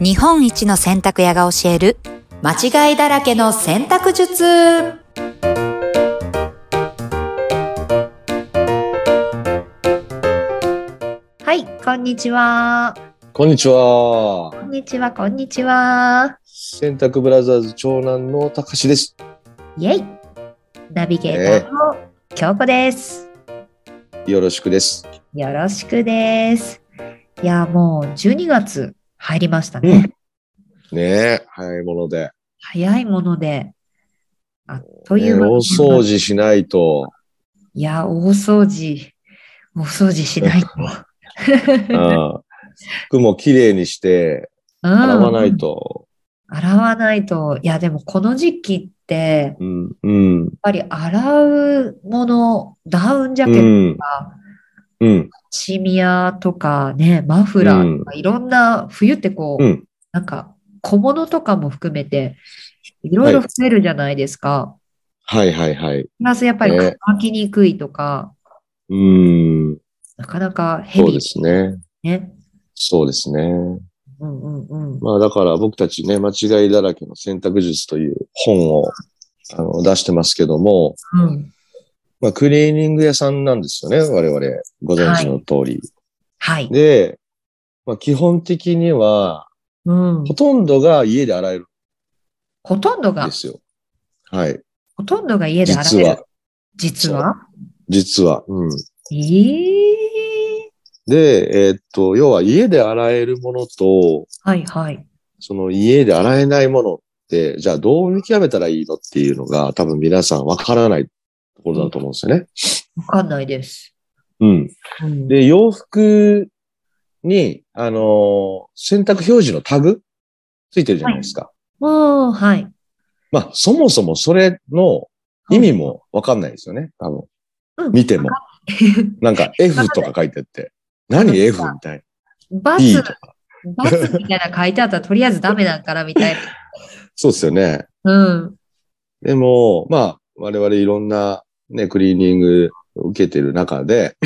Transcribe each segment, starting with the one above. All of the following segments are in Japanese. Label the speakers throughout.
Speaker 1: 日本一の洗濯屋が教える間違いだらけの洗濯術はいこんにちは
Speaker 2: こんにちは。
Speaker 1: こんにちはこんにちは
Speaker 2: 洗濯ブラザーズ長男のたかしです。
Speaker 1: イエイナビゲーターの京子です、
Speaker 2: よろしくです。
Speaker 1: よろしくですいやもう12月入りましたね、
Speaker 2: うんねえ、早いもので。
Speaker 1: 早いものであっと
Speaker 2: ね
Speaker 1: い
Speaker 2: え
Speaker 1: う間
Speaker 2: 大
Speaker 1: に
Speaker 2: 掃除しな いと。
Speaker 1: いや、大掃除。大掃除しないと。
Speaker 2: うん服もきれいにして、
Speaker 1: うん
Speaker 2: 洗わない。と。
Speaker 1: 洗わないと。いや、でもこの時期って、
Speaker 2: うん、うん
Speaker 1: やっ、ぱり洗うもの、ダウンジャ
Speaker 2: う
Speaker 1: ケット
Speaker 2: ん
Speaker 1: と、か、
Speaker 2: うん、
Speaker 1: シミヤとかね、マフラーとか、いろんな、冬ってこう、
Speaker 2: うん。
Speaker 1: なんか小物とかも含めて、いろいろ増えるじゃないですか。
Speaker 2: はいはいはい。
Speaker 1: プラスやっぱり
Speaker 2: ね
Speaker 1: 乾きにくいとか、
Speaker 2: うん、
Speaker 1: なかなかヘ
Speaker 2: そう
Speaker 1: ビ
Speaker 2: で
Speaker 1: ー
Speaker 2: すね。
Speaker 1: ね。
Speaker 2: そうですね。
Speaker 1: うんうんうん。
Speaker 2: まあだから僕たちね、間違いだらけの選択術という本をあの出してますけども、
Speaker 1: うん。
Speaker 2: まあクリーニング屋さんなんですよね、我々。ご存知の通り。
Speaker 1: はい。
Speaker 2: で、まあ、基本的には、
Speaker 1: うん
Speaker 2: ほ。とんどが家で洗える
Speaker 1: ほとんど
Speaker 2: ん
Speaker 1: が
Speaker 2: で、すよ。はい。
Speaker 1: ほとんどが家で洗
Speaker 2: 実
Speaker 1: える。
Speaker 2: は、
Speaker 1: 実は
Speaker 2: 実は。うん。
Speaker 1: ええ
Speaker 2: で、えーっと、要は家で洗えるものと、
Speaker 1: はいはい。
Speaker 2: その家で洗えないものって、じゃあどう見極めたらいいのっていうのが、多分皆さんわからないところだと思うんですよね。
Speaker 1: わかんないです。
Speaker 2: うん。
Speaker 1: うん、
Speaker 2: で、洋服に、あのー洗濯表示のタグついてるじゃないですか。
Speaker 1: もう、はい。
Speaker 2: まあ、そもそもそれの意味もわかんないですよね。多分。
Speaker 1: うん
Speaker 2: 見ても。なんか F とか書いてあって。何 F みたい な。
Speaker 1: バ
Speaker 2: B
Speaker 1: ツ
Speaker 2: と、か。
Speaker 1: バツみたいなの書いてあったらとりあえずダメなんかなみたい
Speaker 2: そうですよね。
Speaker 1: な。うん。
Speaker 2: でも、まあ、我々いろんなね、クリーニングを受けてる中で、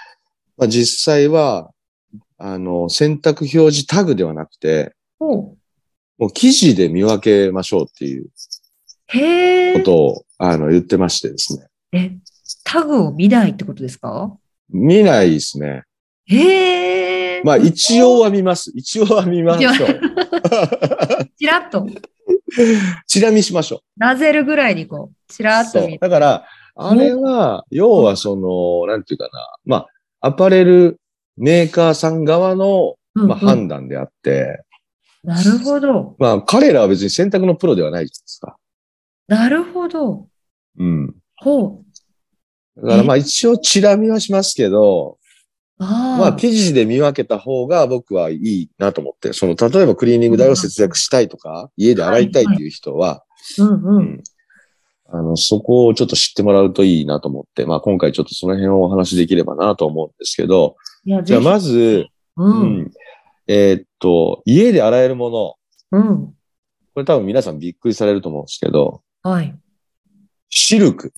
Speaker 2: まあ実際は、あの、選択表示タグではなくて、
Speaker 1: おう
Speaker 2: もう記事で見分けましょうっていう
Speaker 1: へ
Speaker 2: こ
Speaker 1: え。
Speaker 2: とを、あの、言ってましてですね。
Speaker 1: え、タグを見ないってことですか
Speaker 2: 見ないですね。
Speaker 1: へえ。
Speaker 2: まあ、一応は見ます。一応は見ましょ
Speaker 1: 一応
Speaker 2: う。
Speaker 1: ちらっと、
Speaker 2: チラ見しましょう。
Speaker 1: なぜるぐらいにこう、ちらっと
Speaker 2: そ
Speaker 1: 見
Speaker 2: う。だから、あれは、要はその、なんていうかな、まあ、アパレルメーカーさん側の、
Speaker 1: うん
Speaker 2: まあ、
Speaker 1: うん
Speaker 2: 判断であって、
Speaker 1: なるほど。
Speaker 2: まあ、彼らは別に選択のプロではないじゃないですか。
Speaker 1: なるほど。
Speaker 2: うん。
Speaker 1: ほう。
Speaker 2: だからまあ一応チラ見はしますけど、
Speaker 1: ああ。
Speaker 2: まあ記事で見分けた方が僕はいいなと思って、その例えばクリーニング代を節約したいとか、家で洗いたいっていう人は、
Speaker 1: うんう。
Speaker 2: うんんあの、そこをちょっと知ってもらうといいなと思って、まあ今回ちょっとその辺をお話しできればなと思うんですけど、
Speaker 1: いや、
Speaker 2: じゃあ
Speaker 1: ぜひ
Speaker 2: まず、
Speaker 1: う。
Speaker 2: うんんえーっと、家で洗えるもの、
Speaker 1: うん。
Speaker 2: これ多分皆さんびっくりされると思うんですけど、
Speaker 1: はい。
Speaker 2: シルク、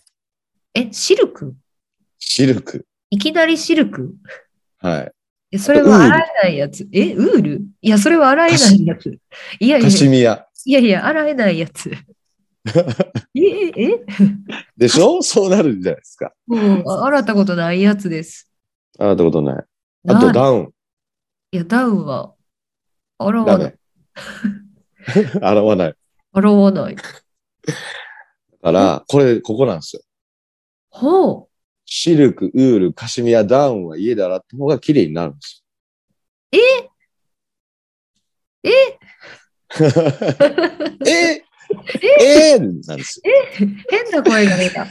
Speaker 1: え、シルク
Speaker 2: シルク。
Speaker 1: いきなりシルク
Speaker 2: はい。
Speaker 1: えそれは洗えないやつ。え、ウールいや、それは洗えないやつ。いやいや
Speaker 2: カ、シミヤ。
Speaker 1: いやいや、洗えないやつ。 え、え、え、
Speaker 2: でしょそうなるんじゃないですか。
Speaker 1: もう、あ洗ったことないやつです。
Speaker 2: あなたことない。あと
Speaker 1: ない
Speaker 2: ダウン、
Speaker 1: いや、ダウンは、洗
Speaker 2: ダ
Speaker 1: わない
Speaker 2: メ。。 洗わない。
Speaker 1: 洗わない。
Speaker 2: だから、これ、ここなんですよ。
Speaker 1: ほう。
Speaker 2: シルク、ウール、カシミヤ、ダウンは家で洗った方が綺麗になるんです
Speaker 1: え
Speaker 2: よ。えええなんですよ。
Speaker 1: 変な声が出 た。だ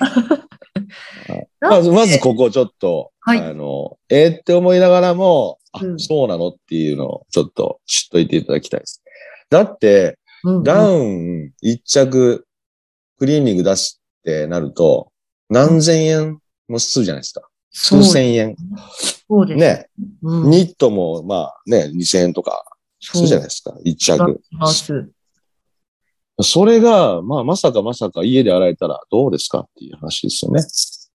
Speaker 2: ま
Speaker 1: って
Speaker 2: ず、まずここちょっと、
Speaker 1: はい
Speaker 2: あの、えーって思いながらも、あ、
Speaker 1: うん
Speaker 2: そうなのっていうのをちょっと知っといていただきたいです。だって、
Speaker 1: うんうん
Speaker 2: ダウン一着、クリーニング出すってなると、何千円もするじゃないですか。
Speaker 1: そう
Speaker 2: 数千円。
Speaker 1: そうです。
Speaker 2: ね。
Speaker 1: うん、
Speaker 2: ニットも、まあね、二千円とかす
Speaker 1: そう
Speaker 2: るじゃないですか。一
Speaker 1: な
Speaker 2: 着。
Speaker 1: ります。
Speaker 2: それが、まあまさかまさか家で洗えたらどうですかっていう話ですよね。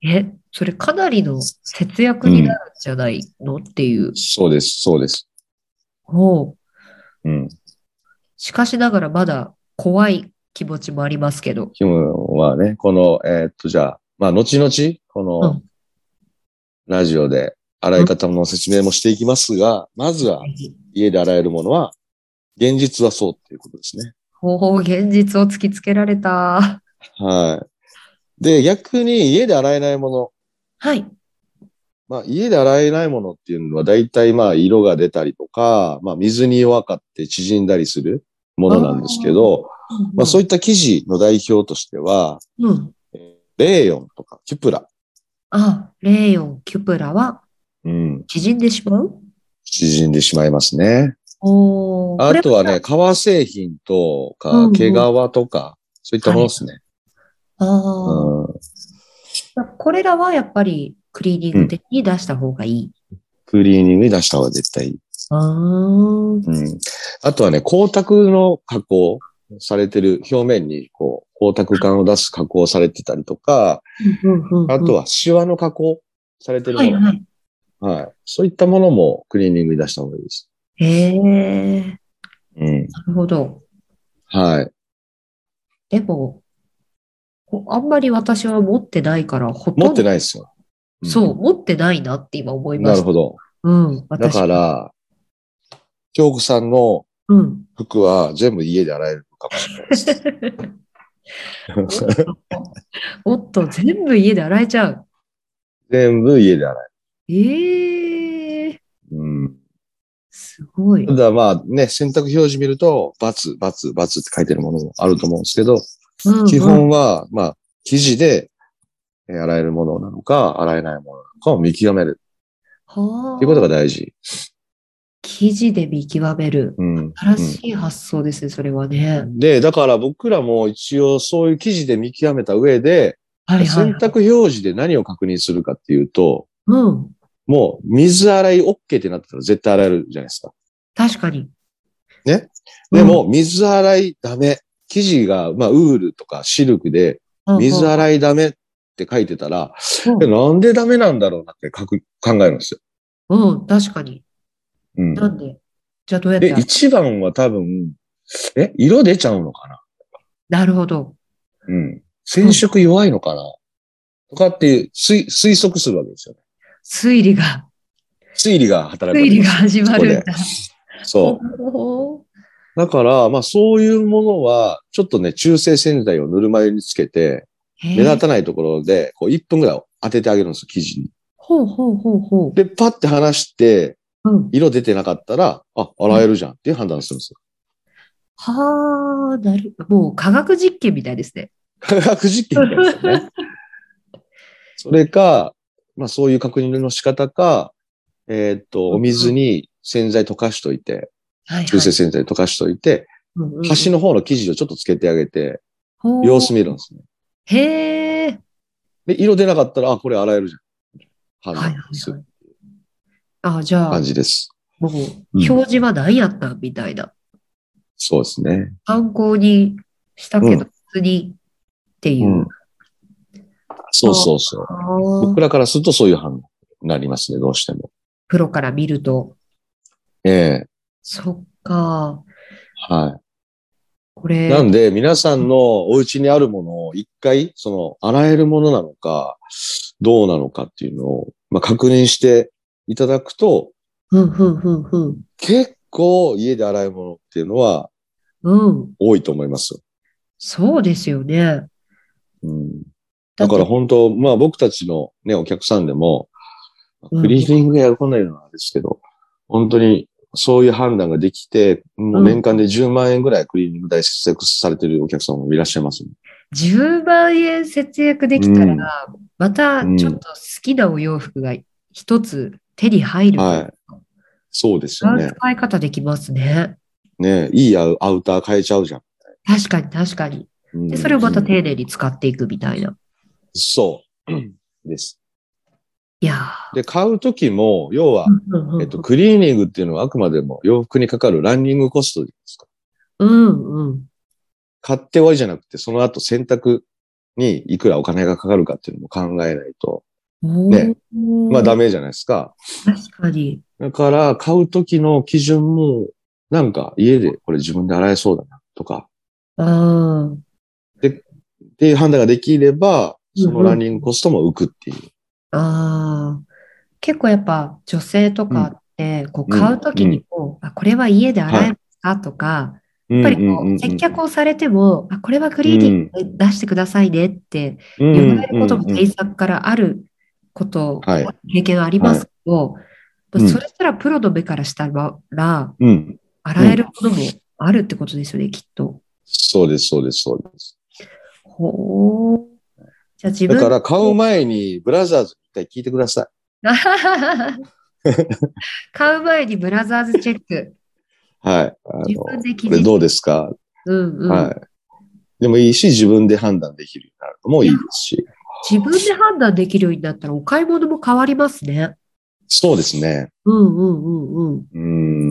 Speaker 1: え、それかなりの節約になるんじゃないの、っていう。
Speaker 2: そうです、そうです。
Speaker 1: ほう。
Speaker 2: うん。
Speaker 1: しかしながらまだ怖い気持ちもありますけど。
Speaker 2: キムはね、この、えーっと、じゃあ、まあ、後々、この、
Speaker 1: うん
Speaker 2: ラジオで洗い方の説明もしていきますが、まずは家で洗えるものは、現実はそうっていうことですね。
Speaker 1: おお、現実を突きつけられた。
Speaker 2: はい。で、逆に家で洗えないもの。
Speaker 1: はい。
Speaker 2: まあ、家で洗えないものっていうのは、大体まあ、色が出たりとか、まあ、水に弱かって縮んだりするものなんですけど、まあ、そう
Speaker 1: い
Speaker 2: いった生地の代表としては、
Speaker 1: うん。うん。
Speaker 2: レーヨンとか、キュプラ。
Speaker 1: あ、レーヨン、キュプラは
Speaker 2: うん。
Speaker 1: 縮んでしまう
Speaker 2: 縮んでしまいますね。
Speaker 1: おー
Speaker 2: あとは。
Speaker 1: これ
Speaker 2: ね、革製品
Speaker 1: う
Speaker 2: と
Speaker 1: んう
Speaker 2: か、
Speaker 1: ん
Speaker 2: 毛皮とか、そういったものですね。
Speaker 1: あー
Speaker 2: うん
Speaker 1: これらはやっぱりクリーニング店に出した方がいい。
Speaker 2: クリーニングに出した方が絶対いい。
Speaker 1: あー
Speaker 2: うん。あとはね、光沢の加工されてる表面に、こう、光沢感を出す加工されてたりとか、
Speaker 1: うんうんうん
Speaker 2: あとはシワの加工されてるも
Speaker 1: はい
Speaker 2: の。はい、
Speaker 1: はい。
Speaker 2: そういったものもクリーニングに出した方がいいです。
Speaker 1: へえ、な
Speaker 2: うん。
Speaker 1: るほど。
Speaker 2: はい。
Speaker 1: でも、こあんまり私は持ってないから、ほとんど。
Speaker 2: 持ってないですよ。ん
Speaker 1: そう、持ってないなって今思いま
Speaker 2: な
Speaker 1: し
Speaker 2: る
Speaker 1: た。
Speaker 2: ほど。
Speaker 1: うん、
Speaker 2: だ
Speaker 1: 私。
Speaker 2: から、京子さんの
Speaker 1: うん。
Speaker 2: 服は全部家で洗えるのかもしれないです。
Speaker 1: おっと、全部家で洗えちゃう。
Speaker 2: 全部家で洗え
Speaker 1: ええ
Speaker 2: る。うん。
Speaker 1: すごい
Speaker 2: た。だまあね、選択表示見ると、バツ、バツ、バツって書いてるものもあると思うんですけど、
Speaker 1: うん
Speaker 2: 基
Speaker 1: うん
Speaker 2: 本は、まあ、生地でえー洗えるものなのか、洗えないものなのかを見極める
Speaker 1: はあ
Speaker 2: っていうことが大事。
Speaker 1: 生地で見極める。
Speaker 2: うん。うん
Speaker 1: 新しい発想ですね、それはね。
Speaker 2: で、だから僕らも一応そういう生地で見極めた上で、
Speaker 1: はいはい
Speaker 2: 選。択表示で何を確認するかっていうと、
Speaker 1: うん。
Speaker 2: もう水洗い OK ってなってたら絶対洗えるじゃないですか。
Speaker 1: 確かに。
Speaker 2: ね。
Speaker 1: うん
Speaker 2: で、も、水洗いダメ。生地が、まあ、ウールとかシルクで、
Speaker 1: うんうん
Speaker 2: 水洗いダメって書いてたら、
Speaker 1: うん
Speaker 2: えなんでダメなんだろうなって書く考えるんですよ。
Speaker 1: うん、確かに。
Speaker 2: うん。
Speaker 1: なんでじゃあどうやって
Speaker 2: で、
Speaker 1: やる
Speaker 2: 一番は多分、え、色出ちゃうのかな
Speaker 1: なるほど。
Speaker 2: うん。染色弱いのかな、とかっていう推推測するわけですよね。
Speaker 1: 推理が、
Speaker 2: 推理が働くわ
Speaker 1: 推
Speaker 2: け
Speaker 1: 理
Speaker 2: で
Speaker 1: が
Speaker 2: す。
Speaker 1: 始まるんだ。
Speaker 2: そう。
Speaker 1: ほ
Speaker 2: だから、まあそういうものは、ちょっとね、中性洗剤をぬるま湯につけて、
Speaker 1: う
Speaker 2: 目立
Speaker 1: た。
Speaker 2: たないところで、こう1分ぐらい当ててあげるんですよ、生地に。
Speaker 1: ほうほうほうほ
Speaker 2: で、パッて離して、
Speaker 1: う。うん。
Speaker 2: 色出てなかったら、あ、洗えるじゃんっていう判断するんですよ。
Speaker 1: はあ、なる。もう科学実験みたいですね。
Speaker 2: 科学実験みたいで すよね。それか、まあそういう確認の仕方か、えーっと、お水に洗剤溶かしといて、
Speaker 1: はい、
Speaker 2: 中性洗剤溶かしといて、端
Speaker 1: の
Speaker 2: の方の生地をちょっとつけてあげて、様子見るんですね。
Speaker 1: へえ。
Speaker 2: で、色出なかったら、あ、これ洗えるじゃ
Speaker 1: はい
Speaker 2: ん。判
Speaker 1: はい
Speaker 2: 断す
Speaker 1: は
Speaker 2: る
Speaker 1: い。あ、じゃあ
Speaker 2: 感、じです。
Speaker 1: もう、
Speaker 2: うん
Speaker 1: 表示は何やったんみたいな。
Speaker 2: そうですね。
Speaker 1: 参考にしたけど、普通にっていう。
Speaker 2: うんそうそうそう。
Speaker 1: ああ
Speaker 2: 僕らからするとそういう反応になりますね、どうしても。
Speaker 1: プロから見ると。
Speaker 2: ええ
Speaker 1: そっか。
Speaker 2: は
Speaker 1: こ
Speaker 2: い。
Speaker 1: れ。
Speaker 2: なんで、皆さんのお家にあるものを一回、その、洗えるものなのか、どうなのかっていうのを、まあ、確認していただくと、
Speaker 1: うん、うん、うん、
Speaker 2: 結構家で洗い物っていうのは
Speaker 1: うん。うん。
Speaker 2: 多いと思いますよ。
Speaker 1: そうですよね。
Speaker 2: うん。だから本当、まあ僕たちのね、お客さんでも、
Speaker 1: うん
Speaker 2: クリーニングやるこんないのなんですけど、本当にそういう判断ができて、もう年間で10万円ぐらいクリーニング代節約されてるお客さんもいらっしゃいますね、
Speaker 1: 10万円節約できたら、また
Speaker 2: うん
Speaker 1: ちょっと好きなお洋服が一つ手に入る。
Speaker 2: はい。そうですよ
Speaker 1: 違う
Speaker 2: ね。
Speaker 1: 使い方できますね。
Speaker 2: ねいいアウアウター変えちゃうじゃん。
Speaker 1: 確かに確かに。
Speaker 2: うん
Speaker 1: で、それをまた丁寧に使っていくみたいな。
Speaker 2: そう。うんです。
Speaker 1: いやー
Speaker 2: で、買うときも、要は、
Speaker 1: うんうんうん
Speaker 2: えっと、クリーニングっていうのはあくまでも洋服にかかるランニングコストですか。
Speaker 1: うんうん。
Speaker 2: 買って終わりじゃなくて、その後洗濯にいくらお金がかかるかっていうのも考えないと、
Speaker 1: お
Speaker 2: ね
Speaker 1: ー
Speaker 2: まあダメじゃないですか。
Speaker 1: 確かに。
Speaker 2: だから、買う時の基準も、なんか家でこれ自分で洗えそうだなとか、
Speaker 1: ああ、
Speaker 2: っていう判断ができれば、そのランニングコストも浮くっていう。
Speaker 1: ああ。結構やっぱ女性とかって、こう買うときにこう、あ、これは家で洗えますかとか、やっぱりこう、接客
Speaker 2: を
Speaker 1: をされても、あ、これはクリーニングで出してくださいねって言われることも
Speaker 2: い
Speaker 1: 対策からあること、
Speaker 2: はい
Speaker 1: 経験ありますけど、
Speaker 2: うん
Speaker 1: それすらプロの目からしたら、
Speaker 2: うん。
Speaker 1: 洗えることもあるってことですよね、きっと。
Speaker 2: そうです、そうです、そうです。
Speaker 1: ほう。じゃあ自分
Speaker 2: だから買う前にブラザーズ一回聞いてください。
Speaker 1: 買う前にブラザーズチェック。
Speaker 2: はい。あの、
Speaker 1: 自
Speaker 2: こ
Speaker 1: 分で気づ
Speaker 2: れ
Speaker 1: い
Speaker 2: どうですか、
Speaker 1: うんうん
Speaker 2: はい。でもいいし、自分で判断できるようになるのもいいですし。
Speaker 1: 自分で判断できるようになったらお買い物も変わりますね。
Speaker 2: そうですね。
Speaker 1: うんうんうんうん。
Speaker 2: うん。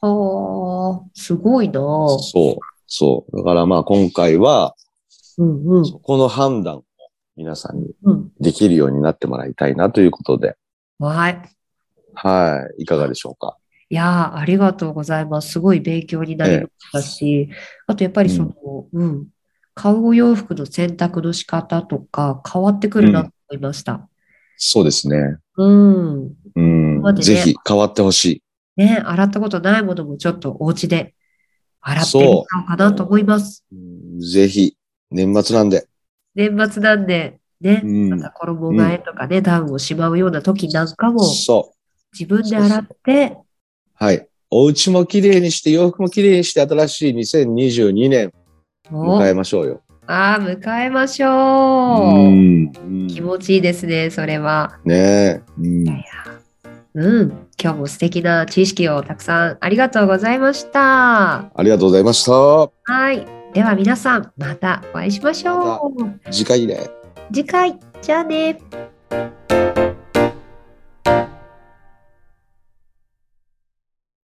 Speaker 1: はあ、すごいなあ
Speaker 2: そう。そう。だからまあ今回は、
Speaker 1: うんうん
Speaker 2: そこの判断を皆さんに
Speaker 1: うん。
Speaker 2: できるようになってもらいたいなということで。
Speaker 1: はい。
Speaker 2: はい。いかがでしょうか
Speaker 1: いやあ、ありがとうございます。すごい勉強になりましたし、あとやっぱりその、うん、買うお洋服の選択の仕方とか変わってくるなと思いました。
Speaker 2: そうですね。
Speaker 1: うん。
Speaker 2: うん
Speaker 1: まあ。ね
Speaker 2: ぜひ変わってほしい。
Speaker 1: ね、洗ったことないものもちょっとお家で洗ってみようかなと思います。
Speaker 2: うんぜひ、年末なんで。
Speaker 1: 年末なんで、ね、
Speaker 2: うん
Speaker 1: また衣替えとかね、ダウンをしまうような時なんかも
Speaker 2: そ
Speaker 1: 自分で洗って、
Speaker 2: う。はい。お家も綺麗にして、洋服も綺麗にして、新しい2022年
Speaker 1: もう、
Speaker 2: 迎えましょうよ。
Speaker 1: ああ、迎えましょ
Speaker 2: う
Speaker 1: う。
Speaker 2: ん。うん
Speaker 1: 気持ちいいですね、それは。
Speaker 2: ねえ。うん。
Speaker 1: うん、今日も素敵な知識をたくさんありがとうございました。
Speaker 2: ありがとうございました。
Speaker 1: はい、では皆さんまたお会いしましょう。
Speaker 2: 次回で。
Speaker 1: 次回じゃあね。